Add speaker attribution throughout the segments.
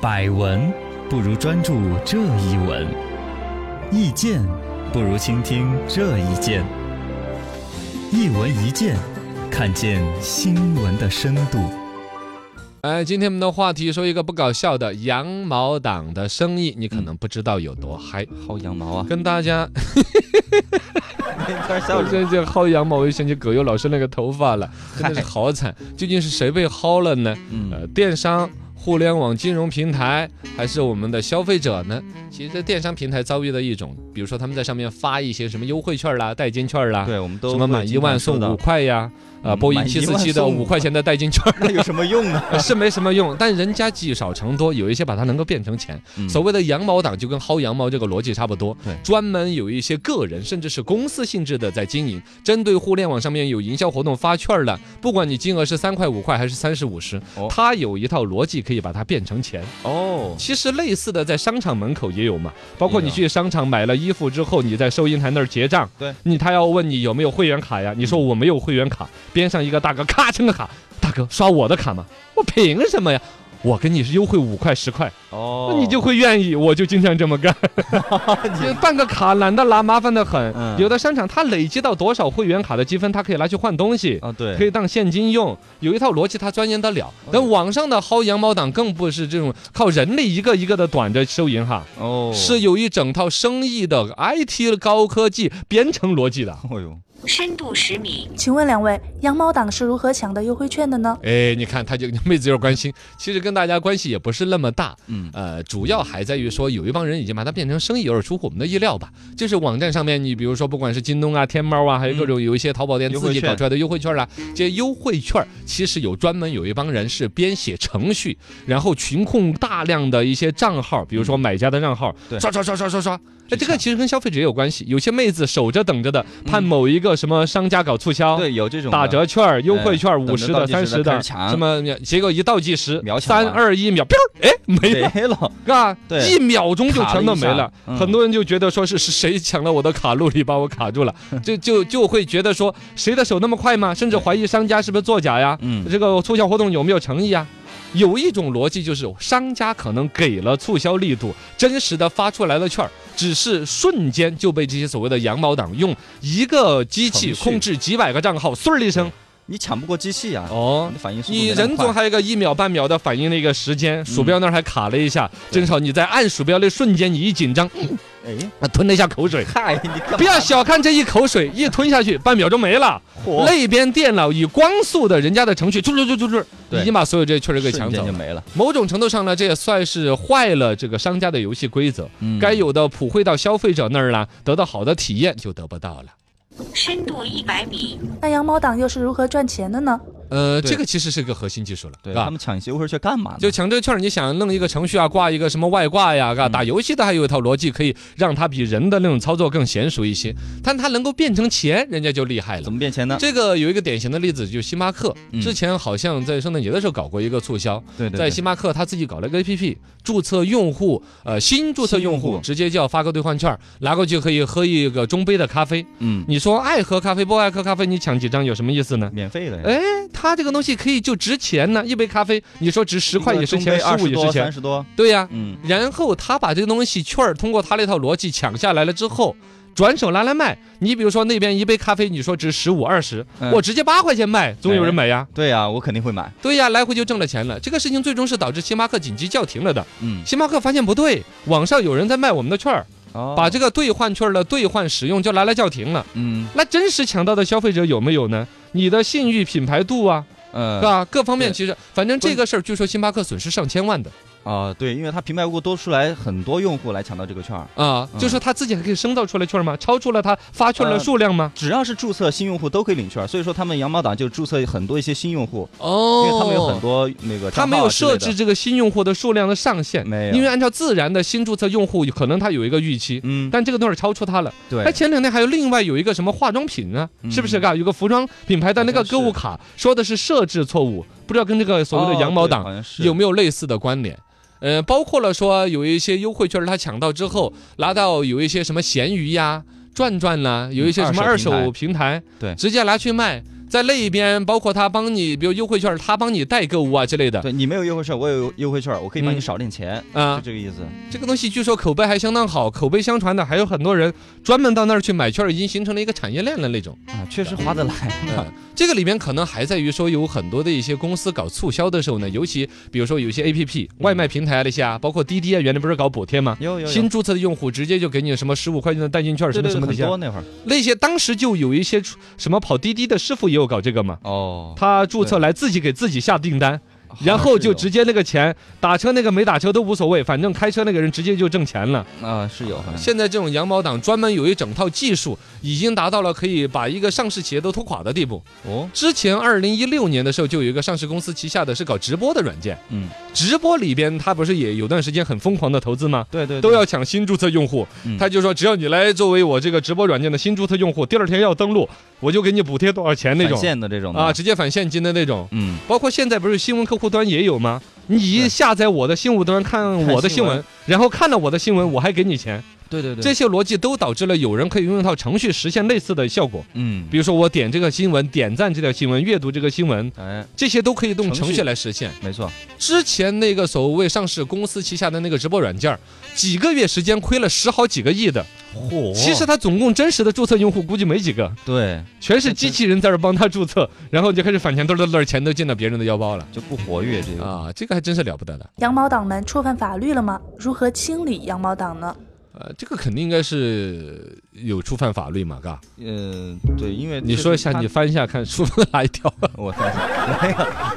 Speaker 1: 百闻不如专注这一闻，意见不如倾听这一见。一闻一见，看见新闻的深度。
Speaker 2: 哎，今天我们的话题说一个不搞笑的羊毛党的生意，你可能不知道有多嗨。
Speaker 3: 薅羊毛啊！
Speaker 2: 跟大 家，
Speaker 3: 开玩
Speaker 2: 我现在薅羊毛，我又想起葛优老师那个头发了，真的是好惨。究竟是谁被薅了呢？呃
Speaker 3: 嗯，，
Speaker 2: 电商、互联网金融平台，还是我们的消费者呢？其实电商平台遭遇的一种，比如说他们在上面发一些什么优惠券啦、代金券啦，
Speaker 3: 对，我们都
Speaker 2: 什么满一万送五
Speaker 3: 到，
Speaker 2: 块呀，啊，
Speaker 3: 嗯
Speaker 2: 波音
Speaker 3: 满
Speaker 2: 七
Speaker 3: 一
Speaker 2: 四
Speaker 3: 万
Speaker 2: 七的
Speaker 3: 送
Speaker 2: 五
Speaker 3: 五
Speaker 2: 块钱的代金券
Speaker 3: 那有什么用 呢？
Speaker 2: 是没什么用，但人家积少成多，有一些把它能够变成钱。
Speaker 3: 嗯
Speaker 2: 所谓的羊毛党就跟薅羊毛这个逻辑差不多，
Speaker 3: 对
Speaker 2: 专门有一些个人甚至是公司性质的在经营，针对互联网上面有营销活动发券儿的，不管你金额是三块五块还是三十五十
Speaker 3: 哦，
Speaker 2: 它有一套逻辑可以把它变成钱。
Speaker 3: 哦，
Speaker 2: 其实类似的在商场门口也有嘛，包括
Speaker 3: 也
Speaker 2: 你
Speaker 3: 有
Speaker 2: 去商场买了衣服之后，你在收银台那儿结账，
Speaker 3: 对嗯
Speaker 2: 你他要问你有没有会员卡呀，你说我没有会员卡，边上一个大哥咔撑个卡，大哥刷我的卡吗？我凭什么呀？我给你是优惠五块十块，
Speaker 3: 哦
Speaker 2: 那，你就会愿意，我就经常这么 干。就办个卡懒得拿，麻烦的很。
Speaker 3: 嗯
Speaker 2: 有的商场它累积到多少会员卡的积分，它可以拿去换东西。
Speaker 3: 啊，
Speaker 2: 可
Speaker 3: 对，
Speaker 2: 以当现金用，有一套逻辑，它钻研得了。但网上的薅羊毛党更不是这种靠人力一个一个的短着收银哈，
Speaker 3: 哦，
Speaker 2: 是，有一整套生意的 IT 高科技编程逻辑的。
Speaker 3: 哦呦，
Speaker 4: 深度十米，
Speaker 5: 请问两位，羊毛党是如何抢得优惠券的呢？
Speaker 2: 哎，你看，他就妹子有点关心，其实跟大家关系也不是那么大，
Speaker 3: 嗯
Speaker 2: 呃，主要还在于说有一帮人已经把它变成生意，有点出乎我们的意料吧。就是网站上面，你比如说不管是京东啊、天猫啊，还有各种有一些淘宝店
Speaker 3: 嗯优惠
Speaker 2: 自己搞
Speaker 3: 券
Speaker 2: 出来的优惠券啦、这些优惠券儿其实有专门有一帮人是编写程序，然后群控大量的一些账号，比如说买家的账号，
Speaker 3: 嗯对
Speaker 2: 刷刷刷刷刷刷。哎，这
Speaker 3: 去
Speaker 2: 个
Speaker 3: 抢
Speaker 2: 其实跟消费者也有关系，有些妹子守着等着的，盼
Speaker 3: 嗯
Speaker 2: 某一个什么商家搞促销，
Speaker 3: 对，有这种
Speaker 2: 打
Speaker 3: 的，哎
Speaker 2: 折券儿、优惠券儿，
Speaker 3: 等着
Speaker 2: 五十
Speaker 3: 倒
Speaker 2: 的、
Speaker 3: 计时
Speaker 2: 三十
Speaker 3: 的开
Speaker 2: 的，
Speaker 3: 始抢
Speaker 2: 什么结果一倒计时
Speaker 3: 秒，抢
Speaker 2: 三
Speaker 3: 完
Speaker 2: 二一秒，彪，哎，没了，
Speaker 3: 没了，
Speaker 2: 啊，
Speaker 3: 对
Speaker 2: 一秒钟就全都没
Speaker 3: 卡了
Speaker 2: 了
Speaker 3: 一下。嗯
Speaker 2: 很多人就觉得说是是谁抢了我的卡路里，把我卡住了，
Speaker 3: 嗯
Speaker 2: 就就就会觉得说谁的手那么快吗？甚至怀疑商家是不是作假呀？
Speaker 3: 嗯，
Speaker 2: 这个促销活动有没有诚意啊？有一种逻辑就是，商家可能给了促销力度，真实的发出来了券儿，只是瞬间就被这些所谓的羊毛党用一个机器
Speaker 3: 程序
Speaker 2: 控制几百个账号，嗖儿一声，
Speaker 3: 你抢不过机器呀，
Speaker 2: 哦
Speaker 3: 你，的啊反应速度
Speaker 2: 你
Speaker 3: 没那么
Speaker 2: 人总
Speaker 3: 快
Speaker 2: 还有个一秒半秒的反应的一个时间，鼠标那儿还卡了一下，
Speaker 3: 嗯
Speaker 2: 正好你在按鼠标的瞬间，你一紧张，嗯
Speaker 3: 哎，
Speaker 2: 啊吞了一下口水。
Speaker 3: 嗨，你干嘛
Speaker 2: 不要小看这一口水，一吞下去，半秒钟没了。
Speaker 3: 火
Speaker 2: 那边电脑以光速的人家的程序，突突突突突，
Speaker 3: 对
Speaker 2: 已经把所有这些确实给
Speaker 3: 瞬
Speaker 2: 抢
Speaker 3: 间
Speaker 2: 走
Speaker 3: 就
Speaker 2: 了。
Speaker 3: 没了，
Speaker 2: 某种程度上呢，这也算是坏了这个商家的游戏规则。
Speaker 3: 嗯
Speaker 2: 该有的普惠到消费者那儿了，得到好的体验就得不到了。
Speaker 4: 深度一百米，
Speaker 5: 那羊毛党又是如何赚钱的呢？
Speaker 2: 呃，
Speaker 3: 对
Speaker 2: 这个其实是个核心技术了，
Speaker 3: 对
Speaker 2: 是吧
Speaker 3: 他们抢一些优惠券干嘛呢？
Speaker 2: 就抢这券儿，你想弄一个程序啊，挂一个什么外挂呀，
Speaker 3: 嗯
Speaker 2: 嘎，打游戏的还有一套逻辑，可以让它比人的那种操作更娴熟一些，但它能够变成钱，人家就厉害了
Speaker 3: 怎。么变钱呢？
Speaker 2: 这个有一个典型的例子，就是星巴克，
Speaker 3: 嗯
Speaker 2: 之前好像在圣诞节的时候搞过一个促销，
Speaker 3: 对对，
Speaker 2: 在
Speaker 3: 对
Speaker 2: 星巴克他自己搞了个 APP，注册用户，呃，新注册用
Speaker 3: 新
Speaker 2: 户
Speaker 3: 用户
Speaker 2: 直接就要发个兑换券儿，拿过去可以喝一个中杯的咖啡。
Speaker 3: 嗯，
Speaker 2: 你说爱喝咖啡不爱喝咖啡，你抢几张有什么意思呢？
Speaker 3: 免费的呀，
Speaker 2: 哎，它这个东西可以就值钱呢，一杯咖啡，你说值十块也是钱，
Speaker 3: 二
Speaker 2: 十五
Speaker 3: 十
Speaker 2: 也是
Speaker 3: 多，
Speaker 2: 钱
Speaker 3: 三，十多，
Speaker 2: 对呀、
Speaker 3: 嗯，
Speaker 2: 然后他把这个东西券儿通过他那套逻辑抢下来了之后，转手拿来卖。你比如说那边一杯咖啡，你说值十五二十，
Speaker 3: 嗯
Speaker 2: 我直接八块钱卖，总有人买呀。
Speaker 3: 对呀，我肯定会买，
Speaker 2: 对呀，来回就挣了钱了。这个事情最终是导致星巴克紧急叫停了的。
Speaker 3: 嗯，
Speaker 2: 星巴克发现不对，网上有人在卖我们的券儿，
Speaker 3: 哦
Speaker 2: 把这个兑换券儿的兑换使用就拿来叫停了。
Speaker 3: 嗯
Speaker 2: 那真实抢到的消费者有没有呢？你的信誉品牌度啊，
Speaker 3: 呃
Speaker 2: 是吧？各方面
Speaker 3: 对
Speaker 2: 其实，反正这
Speaker 3: 关
Speaker 2: 个事儿，据说星巴克损失上千万的
Speaker 3: 啊，对，因为它平白无故多出来很多用户来抢到这个券儿，
Speaker 2: 啊，就
Speaker 3: 嗯
Speaker 2: 说他自己还可以生造出来券儿吗？超出了他发券儿的
Speaker 3: 呃
Speaker 2: 数量吗？
Speaker 3: 只要是注册新用户都可以领券儿，所以说他们羊毛党就注册很多一些新用户，因
Speaker 2: 哦
Speaker 3: 为他们有很。多那个
Speaker 2: 他
Speaker 3: 账
Speaker 2: 没
Speaker 3: 号
Speaker 2: 有
Speaker 3: 啊之类
Speaker 2: 设
Speaker 3: 的
Speaker 2: 置，这个新用户的数量的上限，
Speaker 3: 没有
Speaker 2: 因为按照自然的新注册用户，可能他有一个预期，
Speaker 3: 嗯，
Speaker 2: 但这个东西超出他了。
Speaker 3: 对
Speaker 2: 哎，，前两天还有另外有一个什么化妆品啊，
Speaker 3: 嗯
Speaker 2: 是不是？嘎，有个服装品牌的那个
Speaker 3: 好像
Speaker 2: 购
Speaker 3: 是
Speaker 2: 物卡说的是设置错误，不知道跟这个所谓的
Speaker 3: 哦
Speaker 2: 羊毛党有
Speaker 3: 有
Speaker 2: 没有类似的关联？呃，包括了说有一些优惠券，他抢到之后拿到有一些什么闲鱼呀、转转啦、有一些什么二
Speaker 3: 二手
Speaker 2: 手平台，
Speaker 3: 对
Speaker 2: 直接拿去卖。在那一边，包括他帮你，比如优惠券，他帮你代购物啊之类的，
Speaker 3: 对你没有优惠券，我有优惠券，我可以帮
Speaker 2: 嗯
Speaker 3: 你少点钱，
Speaker 2: 啊、
Speaker 3: 就这个意思。
Speaker 2: 这个东西据说口碑还相当好，口碑相传的还有很多人专门到那儿去买券，已经形成了一个产业链了那种。
Speaker 3: 啊，确实划得来嘛。
Speaker 2: 嗯这个里面可能还在于说，有很多的一些公司搞促销的时候呢，尤其比如说有一些 A P P 外卖平台啊那些啊，包括滴滴啊，原来不是搞补贴吗？
Speaker 3: 有有有，
Speaker 2: 新注册的用户直接就给你什么十五块钱的代金券，什
Speaker 3: 对
Speaker 2: 么
Speaker 3: 对
Speaker 2: 什么的
Speaker 3: 对很
Speaker 2: 些，
Speaker 3: 多那会儿。
Speaker 2: 那些当时就有一些出什么跑滴滴的师傅也有搞这个嘛，
Speaker 3: 哦，
Speaker 2: 他注册来自己给自己下订单，然后就直接那个钱打车那个没打车都无所谓，反正开车那个人直接就挣钱了。
Speaker 3: 啊是有，好像
Speaker 2: 现在这种羊毛党专门有一整套技术，已经达到了可以把一个上市企业都拖垮的地步。
Speaker 3: 哦，
Speaker 2: 之前二零一六年的时候，就有一个上市公司旗下的是搞直播的软件，
Speaker 3: 嗯，
Speaker 2: 直播里边它不是也有段时间很疯狂的投资吗？
Speaker 3: 对对
Speaker 2: 都要抢新注册用户，
Speaker 3: 嗯
Speaker 2: 他就说只要你来作为我这个直播软件的新注册用户，第二天要登录，我就给你补贴多少钱那
Speaker 3: 那
Speaker 2: 种
Speaker 3: 现的这种的
Speaker 2: 啊，，直接返现金的那种。
Speaker 3: 嗯，
Speaker 2: 包括现在不是新闻客户端也有吗？你一
Speaker 3: 对
Speaker 2: 下载我的新闻端看
Speaker 3: 看
Speaker 2: 我的
Speaker 3: 新
Speaker 2: 新闻
Speaker 3: 闻，
Speaker 2: 然后看了我的新闻，我还给你钱。
Speaker 3: 对对对，
Speaker 2: 这些逻辑都导致了有人可以用一套程序实现类似的效果。
Speaker 3: 嗯，
Speaker 2: 比如说，我点这个新闻，点赞这条新闻，阅读这个新闻，
Speaker 3: 哎，
Speaker 2: 这些都可以用
Speaker 3: 程序
Speaker 2: 程序来实现。
Speaker 3: 没错，
Speaker 2: 之前那个所谓上市公司旗下的那个直播软件儿，几个月时间亏了十好几个亿的。
Speaker 3: 嚯
Speaker 2: 其实它总共真实的注册用户估计没几个，
Speaker 3: 对，
Speaker 2: 全是机器人在这儿帮他注册，然后就开始返钱，嘚儿嘚儿嘚儿，钱都进到别人的腰包了。
Speaker 3: 就不活跃这个，
Speaker 2: 啊，这个还真是了不得的。
Speaker 5: 羊毛党们触犯法律了吗？如何清理羊毛党呢？
Speaker 2: 呃，这个肯定应该是有触犯法律嘛，嘎。
Speaker 3: 呃，对，因为
Speaker 2: 你
Speaker 3: 确
Speaker 2: 说一
Speaker 3: 实
Speaker 2: 下，
Speaker 3: 他
Speaker 2: 你翻一下看，触犯哪一 条？
Speaker 3: 我看一下， 没有，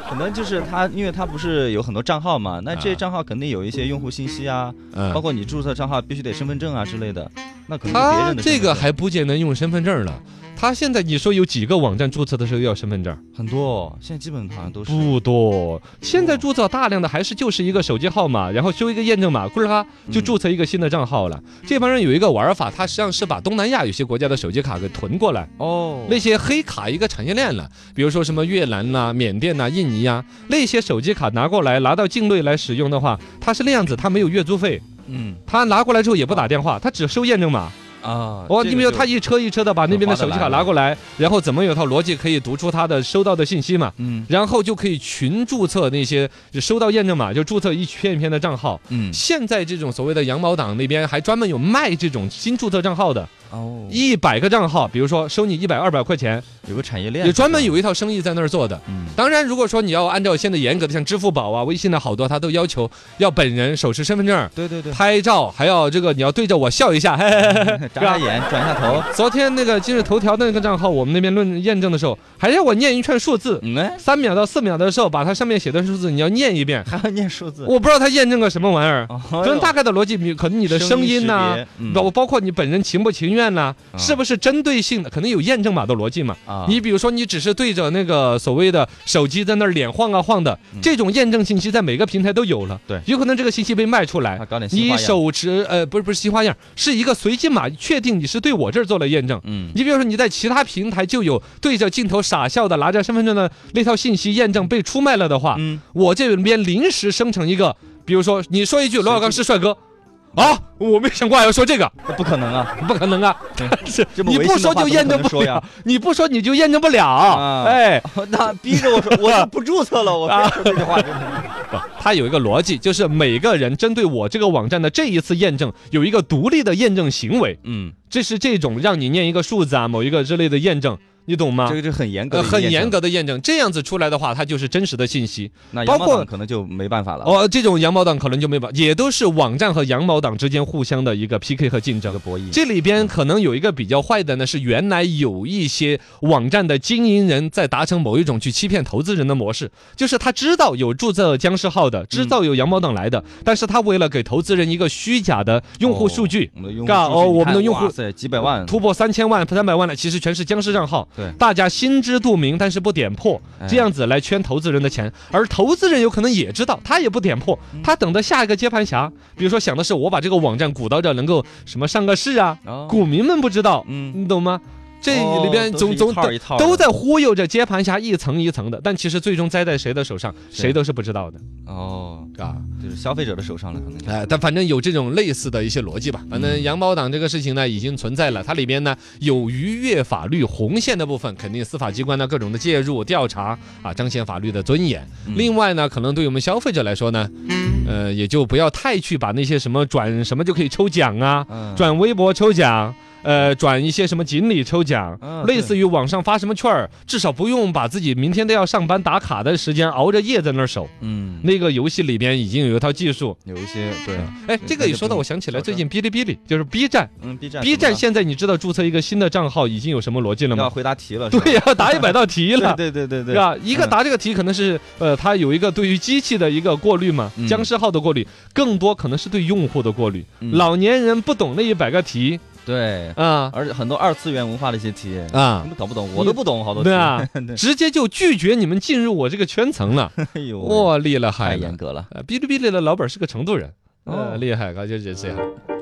Speaker 3: 可能就是他，因为他不是有很多账号嘛，那这些账号肯定有一些用户信息啊，
Speaker 2: 嗯
Speaker 3: 包括你注册账号必须得身份证啊之类的，那可能是别
Speaker 2: 他
Speaker 3: 人
Speaker 2: 这个
Speaker 3: 的身份证
Speaker 2: 还不见得用身份证了。他现在你说有几个网站注册的时候要身份证？
Speaker 3: 很多哦，现在基本好像都是
Speaker 2: 不多，现在注册大量的还是就是一个手机号码，然后修一个验证码，咕噜哈就注册一个新的账号了。
Speaker 3: 嗯
Speaker 2: 这帮人有一个玩法，他实际上是把东南亚有些国家的手机卡给囤过来，
Speaker 3: 哦，
Speaker 2: 那些黑卡一个产业链了，比如说什么越南呐、缅甸呐、印尼呀、那些手机卡拿过来拿到境内来使用的话，它是那样子，它没有月租费，
Speaker 3: 嗯
Speaker 2: 他拿过来之后也不打电话，他只收验证码。
Speaker 3: 啊，
Speaker 2: 哦，你
Speaker 3: 这个
Speaker 2: 比如
Speaker 3: 就
Speaker 2: 他一车一车的把那边的手机卡拿过来，然后怎么有一套逻辑可以读出他的收到的信息嘛？
Speaker 3: 嗯
Speaker 2: 然后就可以群注册那些就收到验证码，就注册一篇一篇的账号。
Speaker 3: 嗯
Speaker 2: 现在这种所谓的羊毛党那边还专门有卖这种新注册账号的，
Speaker 3: 哦，
Speaker 2: 一百个账号，比如说收你一百二百块钱，
Speaker 3: 哎有个产业链
Speaker 2: 也专门有一套生意在那儿做的。
Speaker 3: 嗯
Speaker 2: 当然，如果说你要按照现在严格的，像支付宝啊、微信的好多，它都要求要本人手持身份证。
Speaker 3: 对对对，
Speaker 2: 拍照还要这个，你要对着我笑一下，嘿嘿嘿嘿嘿，
Speaker 3: 眨眨眼转一下头，
Speaker 2: 昨天那个今日头条的那个账号，我们那边论验证的时候，还让我念一串数字，
Speaker 3: 嗯哎，
Speaker 2: 三秒到四秒的时候，把它上面写的数字你要念一遍。
Speaker 3: 还要念数字，
Speaker 2: 我不知道它验证个什么玩意儿，
Speaker 3: 哦
Speaker 2: 跟大概的逻辑，你可能你的声音呐、包、
Speaker 3: 包
Speaker 2: 包括你本人情不情愿呐、
Speaker 3: 嗯啊
Speaker 2: 是不是针对性的，可能有验证码的逻辑嘛。
Speaker 3: 啊
Speaker 2: 你比如说，你只是对着那个所谓的手机在那儿脸晃啊晃的，
Speaker 3: 嗯
Speaker 2: 这种验证信息在每个平台都有了，
Speaker 3: 对
Speaker 2: 有可能这个信息被卖出来
Speaker 3: 啊，搞点新
Speaker 2: 你
Speaker 3: 花样
Speaker 2: 手持呃不是不是新花样，是一个随机码，确定你是对我这儿做了验证。
Speaker 3: 嗯
Speaker 2: 你比如说你在其他平台就有对着镜头傻笑的拿着身份证的那套信息验证被出卖了的话，
Speaker 3: 嗯
Speaker 2: 我这边临时生成一个，比如说你说一句罗小刚是帅哥。啊！我没想过还要说这 个，
Speaker 3: 那不可 能啊，
Speaker 2: 不可能啊！是
Speaker 3: 这么
Speaker 2: 你
Speaker 3: 违
Speaker 2: 不
Speaker 3: 心的
Speaker 2: 说
Speaker 3: 话
Speaker 2: 就
Speaker 3: 怎么
Speaker 2: 验
Speaker 3: 可
Speaker 2: 证
Speaker 3: 能
Speaker 2: 不
Speaker 3: 说
Speaker 2: 了
Speaker 3: 呀，
Speaker 2: 你不说你就验证不了。
Speaker 3: 啊
Speaker 2: 哎，
Speaker 3: 那逼着我说，我就不注册了， 我别说这句话真的。
Speaker 2: 它有一个逻辑，就是每个人针对我这个网站的这一次验证有一个独立的验证行为，
Speaker 3: 嗯，
Speaker 2: 这是这种让你念一个数字啊，某一个之类的验证，你懂吗
Speaker 3: 这？个是很严格
Speaker 2: 呃，
Speaker 3: 的，
Speaker 2: 很严。格的验证，这样子出来的话，它就是真实的信息。
Speaker 3: 那
Speaker 2: 包
Speaker 3: 羊毛
Speaker 2: 括
Speaker 3: 党可能就没办法了，
Speaker 2: 哦，这种羊毛党可能就没把，也都是网站和羊毛党之间互相的一个 PK 和竞
Speaker 3: 这个
Speaker 2: 争。
Speaker 3: 博弈。
Speaker 2: 这里边可能有一个比较坏的呢，是原来有一些网站的经营人在达成某一种去欺骗投资人的模式，就是他知道有注册僵尸号的，知道有羊毛党
Speaker 3: 嗯
Speaker 2: 来的，但是他为了给投资人一个虚假的用户数据，
Speaker 3: 我们的用户
Speaker 2: 嘎
Speaker 3: 数据
Speaker 2: 哦
Speaker 3: 你
Speaker 2: 我们
Speaker 3: 看
Speaker 2: 的用户
Speaker 3: 哇塞几百万，
Speaker 2: 突破三千万、三百万了，其实全是僵尸账号。
Speaker 3: 对
Speaker 2: 大家心知肚明，但是不点破，
Speaker 3: 哎
Speaker 2: 这样子来圈投资人的钱。而投资人有可能也知道，他也不点破，
Speaker 3: 嗯
Speaker 2: 他等着下一个接盘侠，比如说想的是我把这个网站鼓捣着能够什么上个市啊，
Speaker 3: 哦
Speaker 2: 股民们不知道，
Speaker 3: 嗯
Speaker 2: 你懂吗？这里边
Speaker 3: 哦都是
Speaker 2: 总
Speaker 3: 一
Speaker 2: 总
Speaker 3: 套一套的
Speaker 2: 都在忽悠着接盘侠一层一层的，但其实最终栽在谁的手上，
Speaker 3: 是
Speaker 2: 谁都是不知道的
Speaker 3: 哦，
Speaker 2: 啊。
Speaker 3: 就是消费者的手上了，可能就
Speaker 2: 哎，但反正有这种类似的一些逻辑吧。反正羊毛党这个事情呢，已经存在了，它里边呢有逾越法律红线的部分，肯定司法机关呢各种的介入调查啊，彰显法律的尊严。另外呢，可能对我们消费者来说呢，呃，也就不要太去把那些什么转什么就可以抽奖啊，
Speaker 3: 嗯
Speaker 2: 转微博抽奖。呃，转一些什么锦鲤抽奖，
Speaker 3: 嗯
Speaker 2: 类似于网上发什么券儿，至少不用把自己明天都要上班打卡的时间熬着夜在那儿守。
Speaker 3: 嗯，
Speaker 2: 那个游戏里边已经有一套技术，
Speaker 3: 有一些对，
Speaker 2: 哎，
Speaker 3: 对
Speaker 2: 这个
Speaker 3: 那
Speaker 2: 也
Speaker 3: 就
Speaker 2: 说
Speaker 3: 不
Speaker 2: 到，
Speaker 3: 用
Speaker 2: 我想起来
Speaker 3: 挑
Speaker 2: 最
Speaker 3: 战
Speaker 2: 近哔哩哔哩就是 B 站
Speaker 3: 嗯，B 站
Speaker 2: ，B
Speaker 3: 怎么
Speaker 2: 站
Speaker 3: 了
Speaker 2: 现在你知道注册一个新的账号已经有什么逻辑了
Speaker 3: 要
Speaker 2: 吗？
Speaker 3: 回答题了，是吧
Speaker 2: 对呀、答一百道题了。
Speaker 3: 对对对对
Speaker 2: 是
Speaker 3: 对，
Speaker 2: 吧？一个答这个题可能是，呃，它有一个对于机器的一个过滤嘛，
Speaker 3: 嗯
Speaker 2: 僵尸号的过滤，更多可能是对用户的过滤。
Speaker 3: 嗯
Speaker 2: 老年人不懂那一百个题
Speaker 3: 对，
Speaker 2: 啊
Speaker 3: 而且很多二次元文化的一些题，
Speaker 2: 啊
Speaker 3: 你，们搞不懂，我都不懂好多题
Speaker 2: 对，啊，直接就拒绝你们进入我这个圈层了，
Speaker 3: 哎呦喂，
Speaker 2: 哇，厉了害
Speaker 3: 太
Speaker 2: 了
Speaker 3: 严！格了，
Speaker 2: 呃，哔哩哔哩的老板是个成都人，呃，
Speaker 3: 哦
Speaker 2: 厉害，他就是这样。